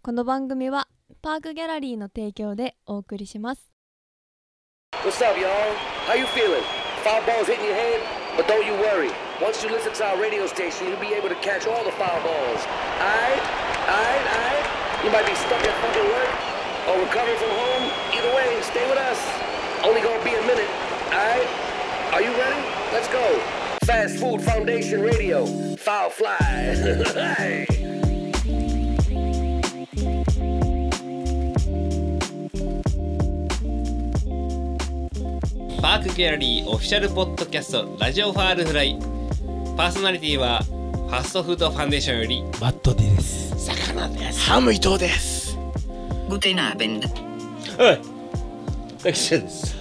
この番組はパークギャラリーの提供でお送りします。 What's up, y'all? How you feeling? Foul balls hitting your head? But don't you worry. Once you listen to our radio station, you'll be able to catch all the foul balls. Aight? Aight? Aight? You might be stuck at fucking work or recovering from home. Either way, stay with us. Only gonna be a minute. Aight? Are you ready? Let's go. Fast Food Foundation Radio. Foul fly. Hey. パークギャラリーオフィシャルポッドキャストラジオファールフライパーソナリティはファストフードファンデーションよりマットディです。魚ですハム伊藤です。グテナーベンダはい。タキシ ャです。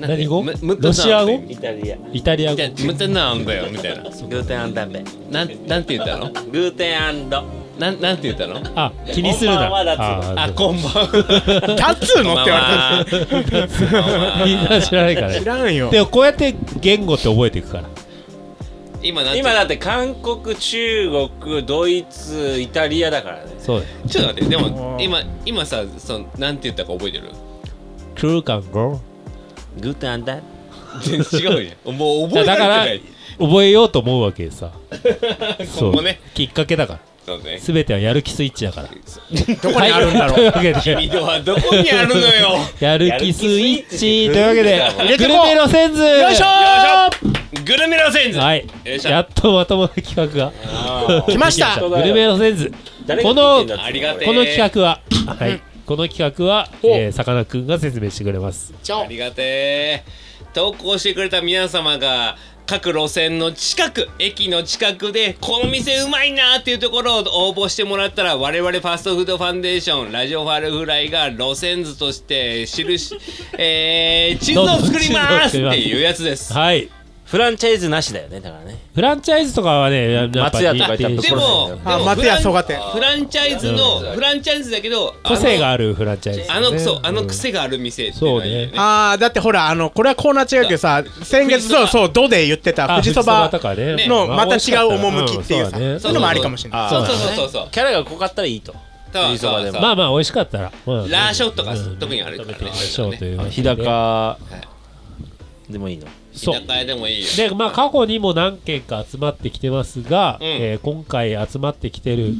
何語むむっとなロシア語イタリア。イタリア語いやむてなんだよみたいなグーテンアンダンベ。なんなんて言ったのグーテンアンド。なんなんて言ったのあ、気にするな。こんばんはだっつうああこんばんはタッツーのって言わわあみんな知らないかられた。ね知。らんよ。でもこうやって言語って覚えていくから。今なんて今だって韓国、中国、ドイツ、イタリアだからね。そうだよ。ちょっと待ってでも今今さそのなんて言ったか覚えてる クルーカン語グーテンアンダン。全然違うよもう覚えられだてかならい、覚えようと思うわけさ。今後ね。きっかけだから。そうねすべてはやる気スイッチだから。どこにあるんだろう。はいというわけ井で、戸はどこにあるのよやる気スイッチというわけ入れで、てグこルうメ路線図よいしょグルメラセンズはいよい。しょやっとまともな企画が。来ましたグルメ路線図。誰がこ聞のいてんだってありがてえこの企画は、はい、この企画は、ほうえー、さかなクンが説明してくれます。じゃありがてえ投稿してくれた皆様が各路線の近く駅の近くでこの店うまいなっていうところを応募してもらったら我々ファストフードファンデーションラジオファルフライが路線図として印、えー、地図を作りますっていうやつですはい。フランチャイズなしだよね、だからね。フランチャイズとかはね、やっぱ松屋とか人気やっぱでところもそうでですもあ松屋フラン曽我店フランチャイズのフランチャイズだけどあ個の性があるフランチャイズですね、あのそうあのうん癖がある店っていうのはいいよねそうああ、だってほら、あの、これはコーナー違うけどさ、先月、そうそう、どで言ってた、あ富士そば富士そばとかねの、ねまた違う趣っていうまあさ、美味しかったねそういうのもありかもしれなそい。そううそそううそうそうそうキャラが濃かったらいいと。そうそうそうまあまあ美味しかったら、まあ、ラーショーとか特にあるからねラーショーというわけ日で高でもいいの。そう居酒屋でもいいよでまあ過去にも何件か集まってきてますが、うんえー今回集まってきてる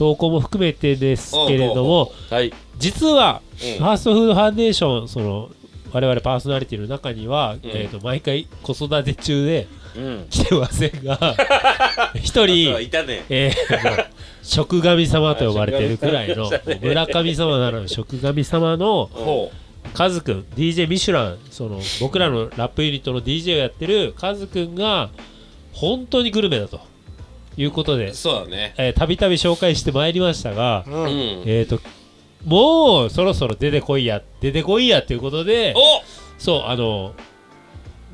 投稿も含めてですけれどもはい。実は、うんファーストフードファンデーションその我々パーソナリティの中には、えー、と毎回子育て中で うん。来てませんが 一 人いたね。えー、もう食神様と呼ばれてるくらいの村神様ならぬ食神様のほカズくん DJ ミシュランその僕らのラップユニットの DJ をやってるカズくんが本当にグルメだということでうそうだねえーたびたび紹介してまいりましたが、ううんんえー、ともうそろそろ出てこいや出てこいやということでおそうあの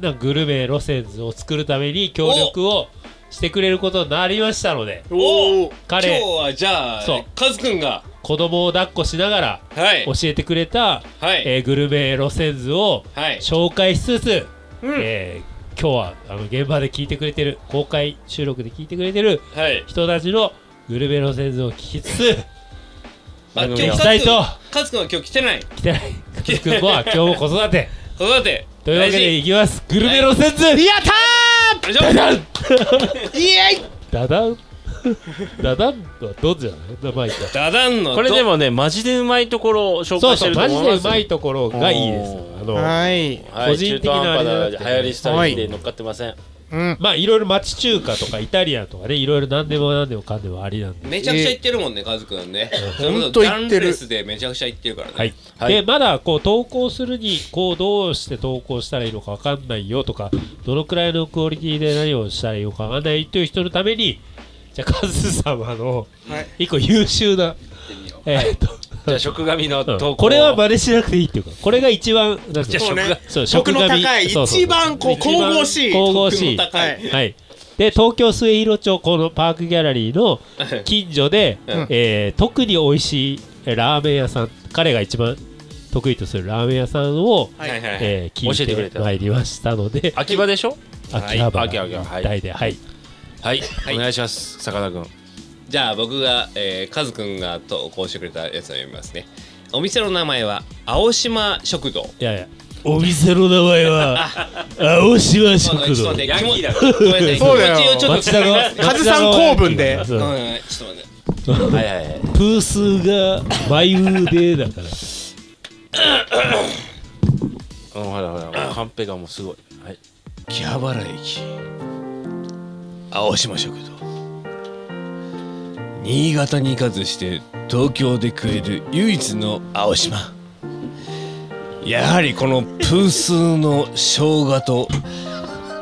なんかグルメ路線図を作るために協力をしてくれることになりましたのでおお今日彼はじゃあそうカズくんが子供を抱っこしながらはい教えてくれた、はいえーグルメ路線図をはい紹介しつつ、うんえー今日はあの現場で聞いてくれてる公開収録で聞いてくれてるはい人たちのグルメ路線図を聞きつ つまあ今番組日をカしズたいくんとカズくんは今日来てない来てない家族は今日も子育て子育てというわけで大いきますグルメ路線図、やった事よいしょーイエイダダン ダダンはどうじゃないまあいいかダダンのこれでももね、マジでうまいところを紹そう介してそうるとマジ思いでまうすよまいところがいいですおあのはい。はい、個人的なあれじゃなくてね中途半端な流行りしたりで乗っかってません。うん。まあいろいろ町中華とかイタリアンとかねいろいろ何でも何でもかんでもありなんで、めちゃくちゃ行ってるもんねカズくんねほんと行ってるダンレスでめちゃくちゃ行ってるからねはいはいでまだこう投稿するにこうどうして投稿したらいいのか分かんないよとかどのくらいのクオリティで何をしたらいいのか分かんないという人のためにじゃあカズ様のはい一個優秀な、えーっ とじゃあ、食神のうん投稿。これは真似しなくていいっていうかこれが一番なんていうのそうねそう食の食神高そいうそうそう一番こう一番神々しい神々しい食の高はいい。はいで東京末広町このパークギャラリーの近所で、うんえー特に美味しいラーメン屋さん彼が一番得意とするラーメン屋さんを、はいはいはいえー教えてく聞れいてたまいりましたので秋葉でしょ秋葉原秋葉原はい一帯ではいはい、いお願いします、さかなクン。じゃあ僕が、えー、カズくんが投稿してくれたやつを読みますねお店の名前は青島食堂いやいやお店の名前 は青 島ちょっと食堂待ってヤンキーだ気持ちごめんなさいそうだよ気持ちをちょっと町田がカズさん公文でそううんうんちょっと待ってはいはいはいプースが眉でだからうんほらほらもうカンペがもうすごいはい秋葉原駅青島食堂新潟に行かずして東京で食える唯一の青島やはりこのプースーの生姜と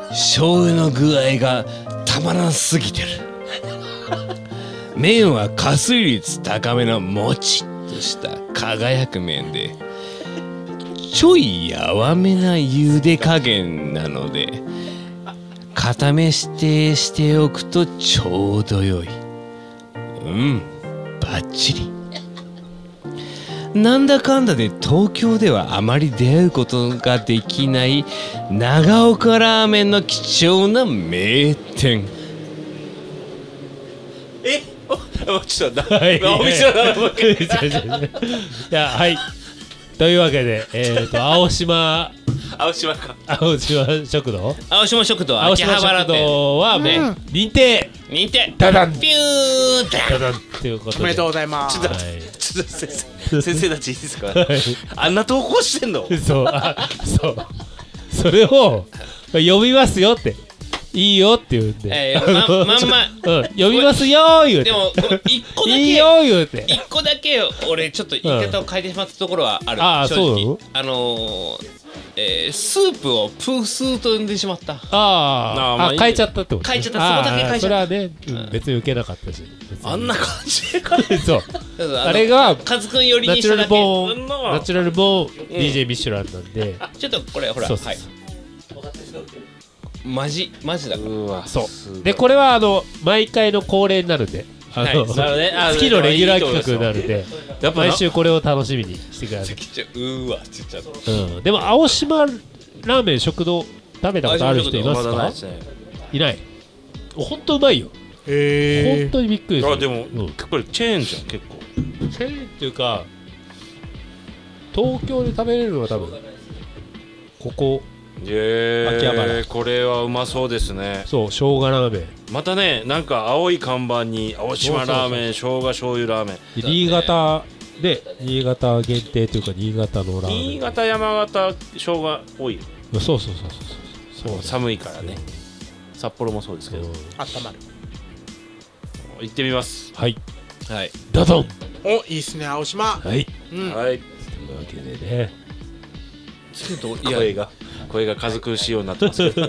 醤油の具合がたまらんすぎてる麺は加水率高めのもちっとした輝く麺でちょい柔めな茹で加減なので固め指定しておくとちょうどよいうんバッチリなんだかんだで東京ではあまり出会うことができない長岡ラーメンの貴重な名店え おおちょっと なはいお店の名前 もう一回 いやはいというわけで、えー、と青島青島か青島食堂青島食堂青島食堂はもううん認定認定ダダンピューだなっていうことでおめでとうございますちょっとはちょっと先生先生たちいいですかいあんな投稿してんのそうあそうそれを読みますよっていいよって言うんで、えーまあのまんまちょ うん、読みますよー言うてでもごめん一個だけいいよー言うて一個だけ俺ちょっと言い方を変えてしまったところはある、うんあー正そ直うあのーえースープをプースーと呼んでしまったあーあ、あーまあいい変えちゃったってこと変えちゃったそこだけ変えちゃあーそれはね、うん別に受けなかったし別にあんな感じで そうそうあれがカズくん寄りナにしチュたラだルけちボーンナチュラルボーン DJ ミシュランなんで、ょっとこれほらそうそうはいマジマジだからうわそうでこれはあの毎回の恒例になるんであの、はいなるほどねあ月のレギュラー企画になるんでやっぱな毎週これを楽しみにしてくださちいょ、ちょうーわちょちょっとうん、でも青島ラーメン食堂食べたことある人いまますだか、ないですねいない本当うまいよ本へえ当にびっくりするあでもうんこれチェーンじゃん結構チェーンっていうか東京で食べれるのは多分ここえ秋葉原これはうまそうですねそう生姜ラーメンまたねなんか青い看板に青島ラーメン生姜醤油ラーメンで新潟で新潟限定というか新潟のラーメン新潟山形生姜多いよそうそうそうそうそうそう寒いからね札幌もそうですけどあったまる行ってみますはいはいダドンおいいっすね青島はいうんはいというわけでね声が声が家族仕様になってますけど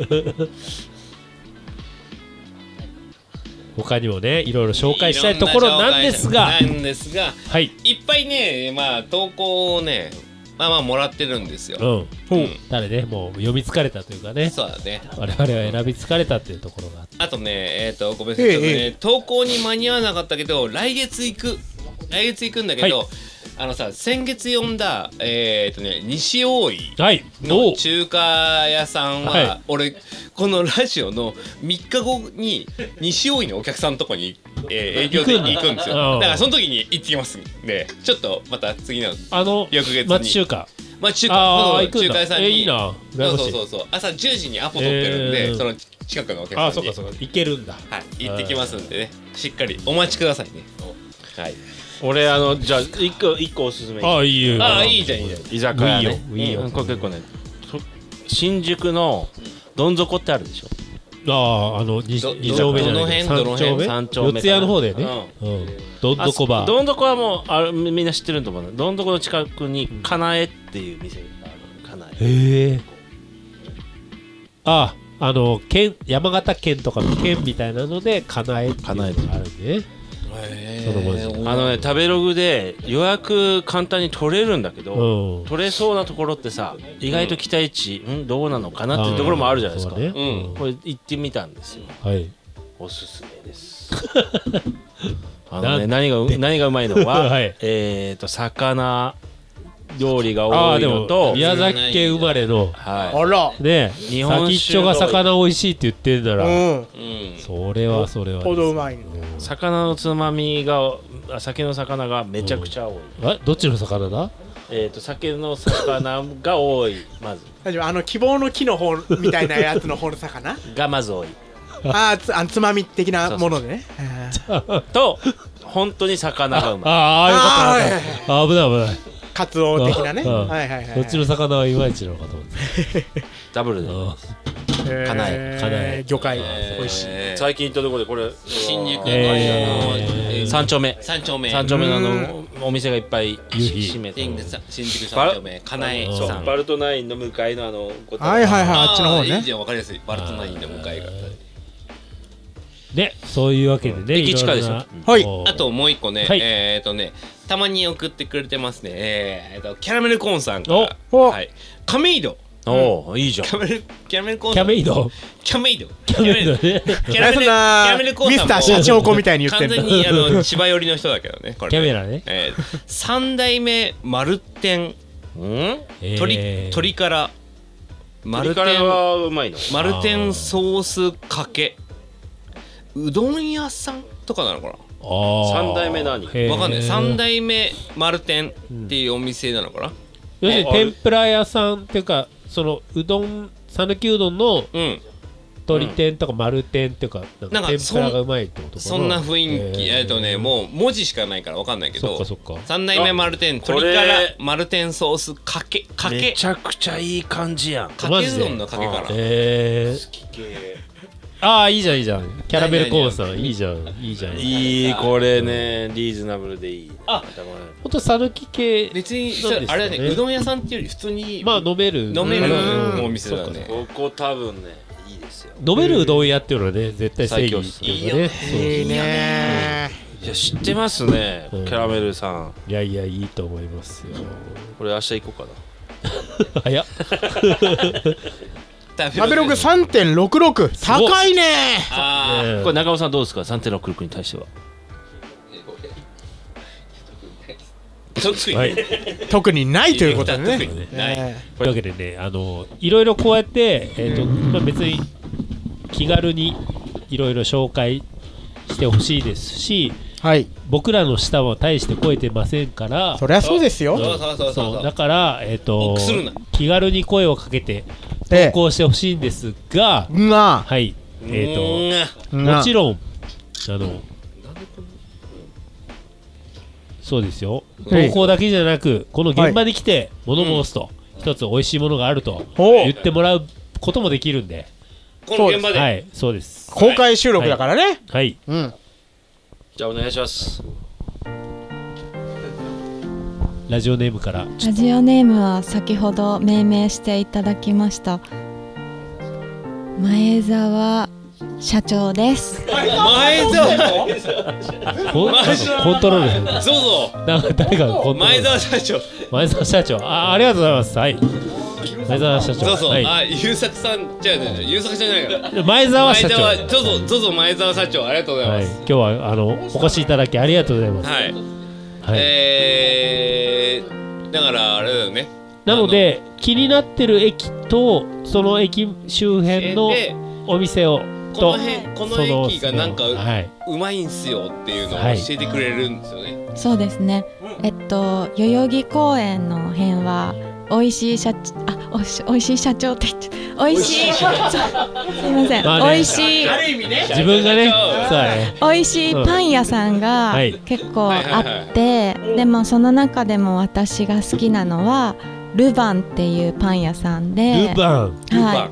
他にもねいろいろ紹介したいところなんですがいろんな紹介なんですがはいいっぱいねまあ投稿をねまあまあもらってるんですようん、誰ねもう読み疲れたというかねそうだね我々は選び疲れたっていうところがあってあとね、えっ、と、ごめんなさい、えちえょっとえね、投稿に間に合わなかったけど、来月行く。来月行くんだけど、はあのさ、先月呼んだ、えっ、とね、西大井。はいどのう中華屋さんは、はい俺このラジオの3日後に西大井のお客さんのとこに、えー営業で行くんだ行くんですよああだからその時に行ってきますんでちょっとまた次のあの翌月に町中華まあ中華ああそう行くん中華だ屋さんえいにいなそ羨うそましういそうそう朝10時にアポ取ってるんで、えーその近くのお客さんにあそうかそうかいけるんだはい、行ってきますんでね、しっかりお待ちくださいね。はい。俺あのじゃあ一個一個おすすめああいいよああ、いいじゃん、いいじゃん。居酒屋いいよねいいようんこれ結構ねと新宿のどん底ってあるでしょあああの二ど二丁目じゃないけどどの辺どの辺三三丁目丁目四谷の方だよねうんどんどこあばどんどこはもうあれみんな知ってると思うのどんどこの近くにかなえっていう店があるかなえへえああの県山形県とかの県みたいなのでかなえっていうのがあるねその文字あのね食べログで予約簡単に取れるんだけど、うん取れそうなところってさ意外と期待値、うん、どうなのかなっていうところもあるじゃないですか、そうねうんこれ行ってみたんですよはいおすすめです あのねな 何がう何がうまいのは、はいえっ、と魚料理があ多あいでのもと、宮崎県生まれのはあら。ね日本酒先っちょが魚美味しいって言ってんなうらん。い、うん、それはそれはほどうまいの。魚のつまみがあ酒の魚がめちゃくちゃ多い、あどっちの魚だえっ、と酒の魚が 多いまず大丈夫あの希望の木の方みたいなやつの方 の魚がまず多いあーつあつまみ的なものでねと本当に魚がうまいああよかったよかったあ危ないカツオ的なねうはんいはい危はないいどっちの魚はいまいちなのかと思ってダブルでうえー家内家内魚介えー美味しい最近行ったところでこれ新宿の、えー三丁目三丁目三丁目のあのお店がいっぱい夕日閉めて新宿三丁目かなえそさうんバルトナインの向かいのあのごたはいはいはいあっちの方ーいいねじゃんわかりやすいバルトナインの向かいがんねそういうわけでね駅近ですよろんなはいこうあともう一個ね、はいえっ、ー、とねたまに送ってくれてますねえー、とキャラメルコーンさんからおおはい亀戸おおいいじゃんキャメルキャラメルコーンキさャんメイド キャメイドキャメイドねキャラメルそんキャラメルコーンミさスんターも社長子みたいに言って完んだ全にあの千葉寄りの人だけどねこれキャメラ ねえー、3代目丸天うん鶏、えー鶏から丸鶏から天はうまいの丸天ソースかけうどん屋さんとかなのかあー三代目何へーなわかんない3代目丸天っていうお店なのかな要するにあある天ぷら屋さんっていうかそのうどん讃岐うどんのうん鶏天とか丸天っていうかなんなんかか天ぷらがうまいってことかそんな雰囲気へーえっとねもう文字しかないからわかんないけそっどかそっか3代目丸天これ鶏から丸天ソースかけかめけちゃくちゃいい感じやんかマけジうでどんのかけからえー、ああいいじゃんいいじゃんキャラメルコーンさんいいじゃんいいじゃんいいこれねリーズナブルでいいあまたこれほんと讃岐系別にそうですよねあれだねうどん屋さんっていうより普通にまあ飲める飲めるうんお店だねここ多分ねいいですよ飲めるうどん屋っていうのはね絶対正義っていいいうよかねねそういいねいや知ってますねキうんャラメルさんいやいやいいと思いますよこれ明日行こうかな早っ食食べログ3.66ごい高いねあこれ中尾さんどうですか3.66に対してはあ特にはいね特にないということで特ねにないえというわけでねあのいろいろこうやって、えーとまあ、別に気軽にいろいろ紹介してほしいですしーはい僕らの舌は大して超えてませんからそりゃそうですそようそうそうそうだから、えー、と臆するな気軽に声をかけてでこうしてほしいんですがうんなはいえうー、んうとんなもちろんあのそうですよはい投稿だけじゃなくこの現場に来て物申すと、一つ美味しいものがあるとお言ってもらうこともできるんで、この現場ではい、そうです。公開収録だからねはい、うんじゃあお願いしますラジオネームから。ラジオネームは先ほど命名していただきました前澤社長です前澤コンコントロールされてるゾゾなんか誰かがコントロール。前澤社長前澤社長。あ、ありがとうございます。はい。前澤社長。ゾゾはい。あ優作さんじゃ違う違う優作さんじゃないから前澤前社長。澤ゾゾゾゾ前澤社長ありがとうござはいい。ます今日はあのお越しいただきありがとうございます。はいはい。えーだからあれだよねなので気になってる駅とその駅周辺のでお店をことの辺こその駅がなんかはい。うまいんすよっていうのを教えてくれるんですよねそうですねえっと代々木公園の辺は美味しい社長あおいし美味しい社長って言っちゃ美味しいそうすいません、まあね美味しい自分がね、そうだね。美味しいパン屋さんがはい結構あってでもその中でも私が好きなのはルバンっていうパン屋さんでルバン。は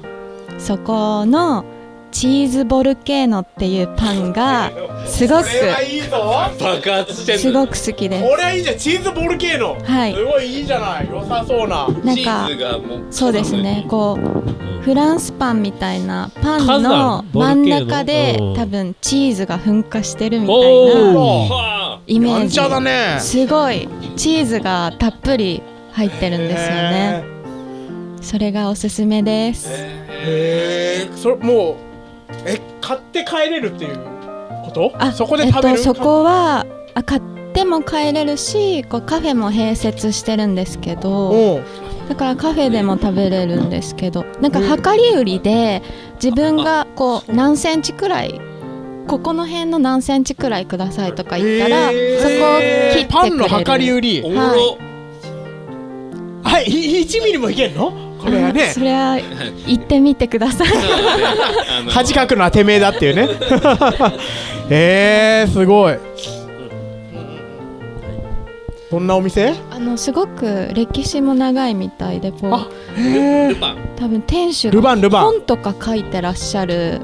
い、そこのチーズボルケーノっていうパンがすごくいいぞ爆発してすんのごく好きですこれはいいじゃんチーズボルケーノはいすごいいいじゃない良さそうななんチかーズがもうそうですねこうフランスパンみたいなパ火ンの山ボ真ルんケーノ中でうん多分チーズが噴火してるみたいなおー。はあイメやーんジちゃだねすごいチーズがたっぷり入ってるんですよね。それがおすすめです。へえそれもうえ買って帰れるっていうことあ、そこで食べえっるとそこはあ買っっても帰れるしこうカフェも併設してるんですけどおうだからカフェでも食べれるんですけどなんか量り売りで自分がこう何センチくらいここの辺の何センチくらいくださいとか言ったら、へーそこを切ってくれるパンの量り売おりもろ、はいい1ミリもいけんのこれはねそれは行ってみてくださいそうだねあの恥かくのはてめえだっていうね えー、すごいそんなお店 あのすごく歴史も長いみたいでこあうへルーパン多分店主ルがバンルバン本とか書いてらっしゃる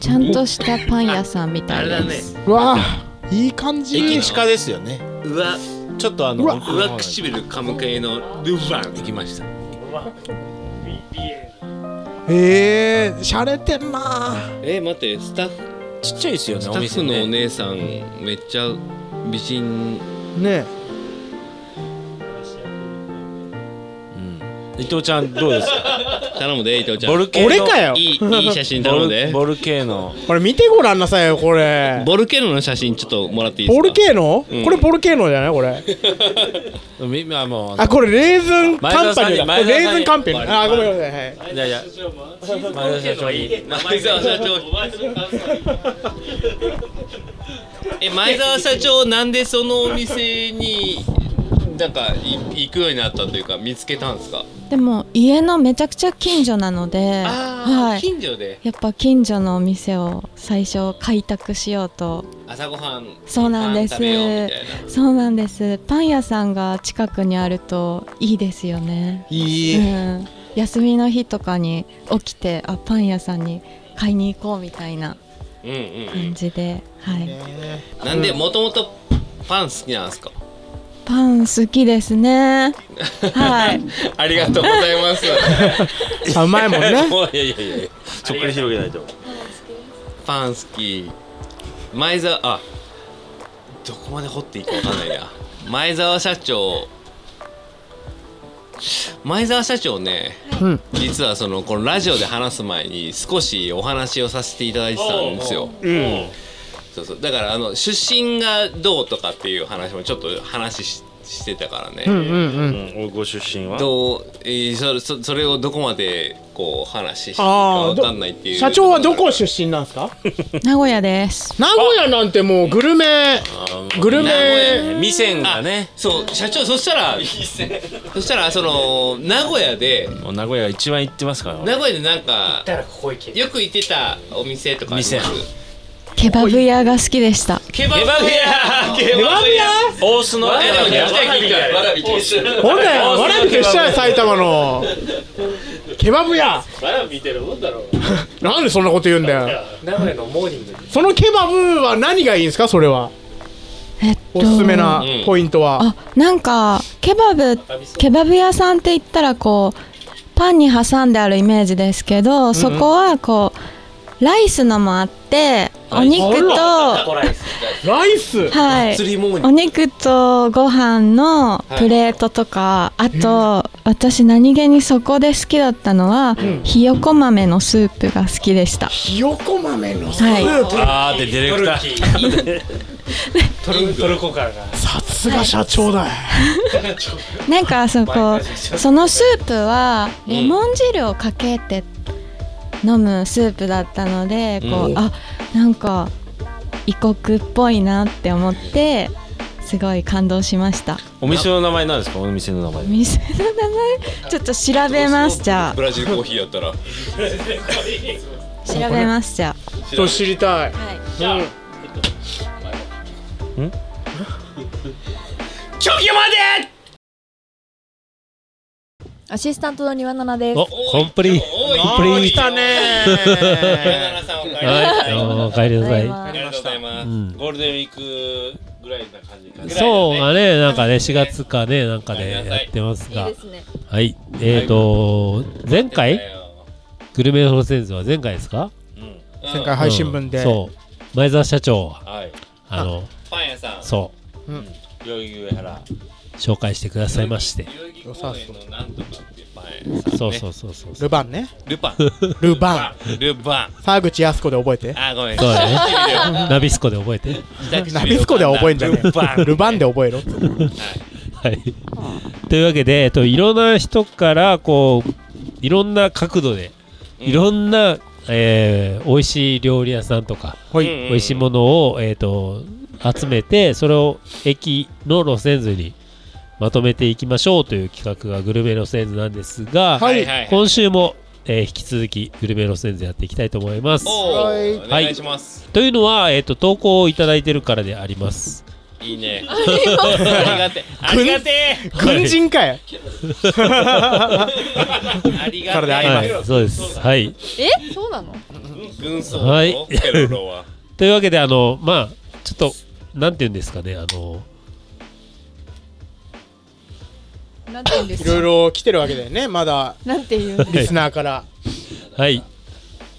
ちゃんとしたパン屋さんみたいです、うわあいい感じ駅近ですよねうわちょっとあのうわ奥の方上唇噛む系のルパン行きましたえー、しゃれてんなえ待ってスタッフちっちゃいですよねスおタッ店フのおね姉さんめっちゃ美人ね伊藤ちゃんどうです か頼むで伊藤ちゃんボルケーノ俺かよいいいい写真ボ頼むル でボルケーノこれ見てごらんなさいよこれボルケーノの写真ちょっともらっていいですボかルケーノ、うんこれボルケーノじゃないこれみあもうあこれレーズンカンパニーだこ前れ澤さんに前澤さんにレーズンカンペニーあごめんごめんはいいやいや前田社長に前澤社長え前澤社長なんでそのお店になんかい行くようになったというか見つけたんですかでも家のめちゃくちゃ近所なので、ああ、はい、近所でやっぱ近所のお店を最初開拓しようと朝ごはんそうなんでパすン食べようみたいなそうなんですパン屋さんが近くにあるといいですよねいい、うん、休みの日とかに起きてあパン屋さんに買いに行こうみたいなうんうん感じで、はい、うんなんでもともとパン好きなんですかパン好きで すねはいありがとうございます あうまいもんねもういやいやいやいやそっくり広げないとパン好き前澤あどこまで掘っていいかわかんないな前澤社長前澤社長ね、うん実はそのこのラジオで話す前に少しお話をさせていただいてたんですよ、うんそうそうだからあの出身がどうとかっていう話もちょっと話ししてたからね、うんうんううんんご出身はどうえーそそそれをどこまでこう話していいかあわーどかんないっていう社長はどこ身出身なんですか名古屋です名古屋なんてもうグルメグルメ味仙がねそう社長そしたらそしたらその名古屋でもう名古屋が一番行ってますから名古屋でなんかよく行ってたお店とかあります店ケバブ屋が好きでしたケバブ屋ケバブ屋大須のあでも行きたい行きたいわらびですほんだよわらびと一緒や埼玉のケバブ屋なんでそんなこと言うんだよそのケバブは何がいいんですかそれはえっとおすすめなうんポイントは、あなんかケバブケバブ屋さんって言ったらこうパンに挟んであるイメージですけど、そこはこうライスのもあってお肉とライスはいお肉とご飯のプレートとか、あと私何気にそこで好きだったのは、ひよこ豆のスープが好きでしたひよこ豆のスはいープ、あーってディレクターさすが社長だ、なんかそこそのスープはレモン汁をかけて飲むスープだったので、こうあなんか異国っぽいなって思ってすごい感動しま したお店の名前なんですかお店の名お前店の名前ちょっと調べますじゃあブラジルコーヒーやったら調べますじゃちょっと知りたいあ、はいアシスタントの庭奈々おです。コンプリおいコンプリおいートたねさんお帰りなさいはいお帰りなさいはありがとうございます、うんゴールデンウィークぐらいな感じかなそうがねなんかね4月かねなんかねやってますいいがですね。はいえーと前回グルメのセンズは前回ですか前回配信分で、うんそう前澤社長はいあのパン屋さんそ代々木上原う紹介してくださいまして代々木公園のなんとかっていうパ前さんそうねそうそうそう。ルバンねルパンルバルパンン沢口靖子で覚えてあごめんそうだね。ナビスコで覚えて。ナビスコでは覚えんじゃねルパえンルバンで覚えろはい。というわけで、えっと、いろんな人から、こう、いろんな角度で、うんいろんな、えー美味しい料理屋さんとか、ほいうん美味しいものを、えっと、集めて、それを駅の路線図にまとめていきましょうという企画がグルメ路線図なんですが、はいはいはい今週も、えー引き続きグルメ路線図やっていきたいと思います。おおはいお願いしますというのは、えっと、投稿をいただいてるからであります。いいねありがてえありがてえ 軍人かいありがてえ体ありはい、そうです。はい。えそうなの軍曹はいのペロロはというわけであのまあちょっとなんて言うんですかねあのなんて言うんですいかろいろ来てるわけだよねまだなんて言うんリスナーからはい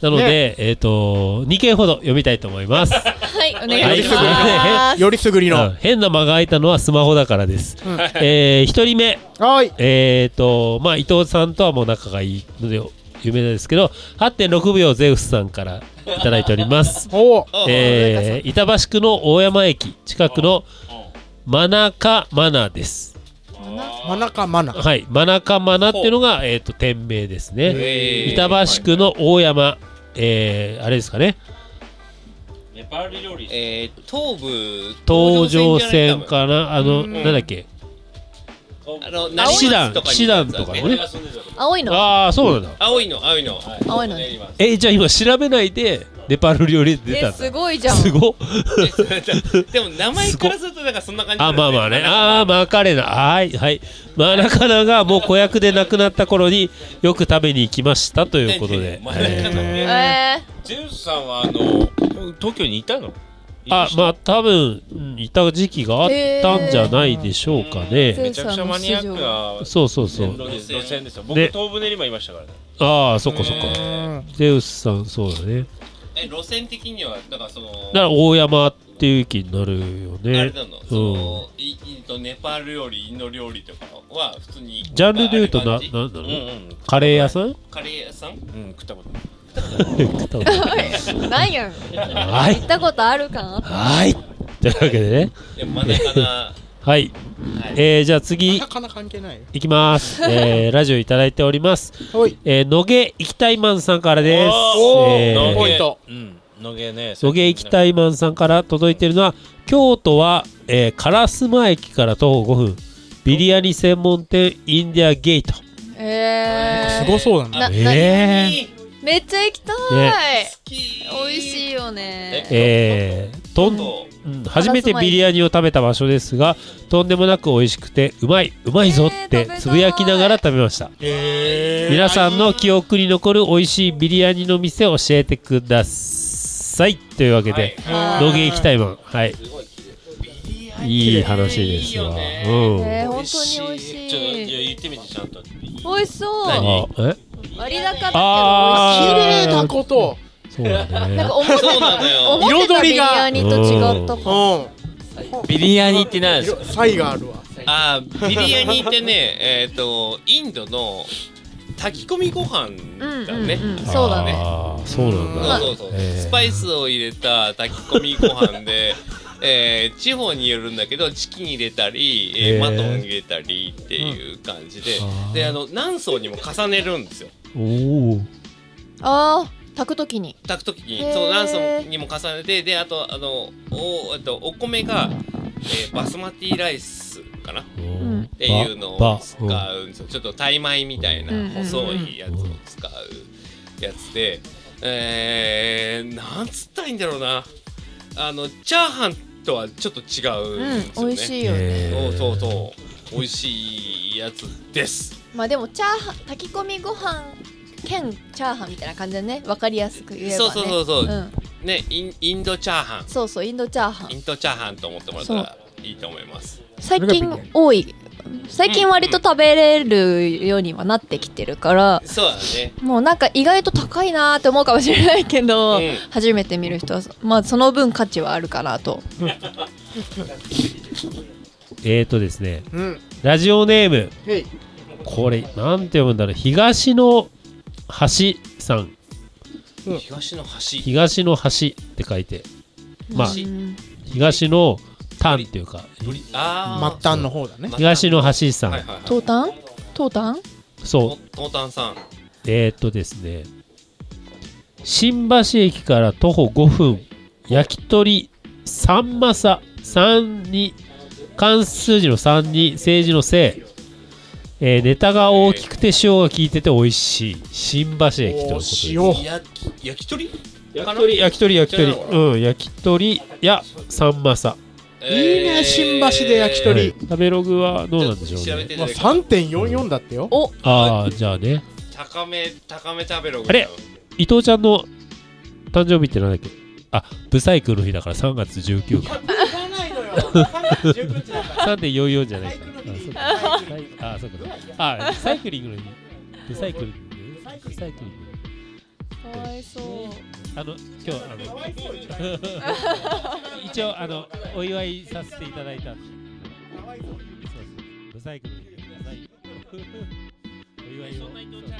なので、えっ、と2件ほど読みたいと思います はい、お願いしはます。よりすぐりあの変な間が空いたのはスマホだからです、うんえー、1人目はいえっ、とまあ伊藤さんとはもう仲がいいので有名なんですけど8.6秒ゼウスさんからいただいておりますおおえー、板橋区の大山駅近くのマナカマナです真中真中はい、マナカマナっていうのが、えー、と店名ですへね。ー板橋区の大山、えー、あれですかね、 ネパール料理えー東武東上じゃない線多分かな、あの、うんなんだっけ、あのあ成シダ田ンとかにシダンとかねのね。青いのああ、そうなんだ。青いの青いの青いのね今えー、じゃあ今調べないで、ネパール料理出たえ、んだすごいじゃん。すごっでも名前からするとなんかそんな感じだあ、よまあまあね。ああ、まマーカレーナ。はい、はい。マナカナがもう子役で亡くなった頃によく食べに行きましたということで。マナカナえーえジェウスさんはあの東京にいたのあ、まあ多分、うんいた時期があったんじゃないでしょうかね。ー、めちゃくちゃマニアックなそうそうそう。路線ですよ僕で東武練馬いましたからねああそっかそっか、うんゼウスさんそうだねえ路線的にはだからそのだから大山っていう気になるよあねれなのそのいいとネパール料理インド料理とかは普通にジャンルで言うとなあれな感んだろう、うんカレー屋さんじカレー屋さんうんうん食ったこと食ったことないなんやん。は行いったことあるかはいというわけでねでもマナカナ はい、えー、じゃあ次なかなか関係ないよいきます、えー、ラジオいただいております、おいえー、野毛行きたいマンさんからですおーえーポイントうん野毛ね野毛行きたいマンさんから届いているのは京都は、えー、烏丸駅から徒歩5分ビリヤニ専門店インディアゲートら。えすごそうだななえー、ー、めっちゃ行きたい。美味しいよね。えー、とんうん初めてビリヤニを食べた場所ですがとんでもなく美味しくてうまいうまいぞっえーて食べたいつぶやきながら食べました、皆さんの記憶に残る美味しいビリヤニの店を教えてくださいというわけで「はいロゲ行きたいマン」はいいい話ですわ、えー、本当に美味しちょっといやい。言ってみてちゃんと美味しそう。うんあえ割高だけど美味しい。あー綺麗なことそうだなんねか思ってそうなのよ思ってた彩ビりリがヤニと違ったかも。うビリヤニって何ん色差異があるわあービリヤニってねえっとインドの炊き込みご飯うんだうんねうん、そうだね。あーそうなんだそうそうそう、えースパイスを入れた炊き込みご飯で えー地方によるんだけどチキン入れたり、えーへーマトン入れたりっていう感じで、うんであの何層にも重ねるんですよおおああ、炊くときに。炊く時にへーそう何層にも重ねてであとあのおあとお米が、えーバスマティライスかなっていうのを使うんですよちょっとタイ米みたいなうん細いやつを使うやつでえー、なんつったらいいんだろうなあのチャーハンとはちょっと違ううんんで、す美よね、味しいよね。そうそうそう美味しいやつですまあでもチャーハン炊き込みご飯兼チャーハンみたいな感じでね分かりやすく言えばそねうそうそうそううん、ねインインドチャーハンそうそうインドチャーハンインドチャーハンと思ってもらったらいいと思います最近多い最近割と食べれるようにはなってきてるからそうだねもうなんか意外と高いなーって思うかもしれないけど、うん初めて見る人はまあその分価値はあるかなとえーとですねうんラジオネームへいこれなんて読むんだろう東の橋さん東の端東の橋って書いてまあうん東の端っていうかよりあ末端の方だねあ東の橋さん、はいはいはい東端東端そうとうたんさんえー、っとですね新橋駅から徒歩5分焼き鳥三政三に関数字の3に政治のせい、えーネタが大きくて塩が効いてて美味しい新橋駅ということですお塩焼き焼き鳥焼き鳥焼き鳥焼き焼き鳥な鳥うん焼き鳥や三政、いいね新橋で焼き鳥はい食べログはどうなんでしょうちょっと調べねていまたあ、だきます3.44だってよおああじゃあね高め高め食べログあれ伊藤ちゃんの誕生日ってなんだっけあブサイクの日だから3月19日3.44じゃないかあそうかあそうかあサイクリングの日ブサイクリングブサイクリングかわいそうあの今日あ の一応あのお祝いさせていただいたそうそうブサイクの日ブサイクお祝いをそんな伊藤ちゃんが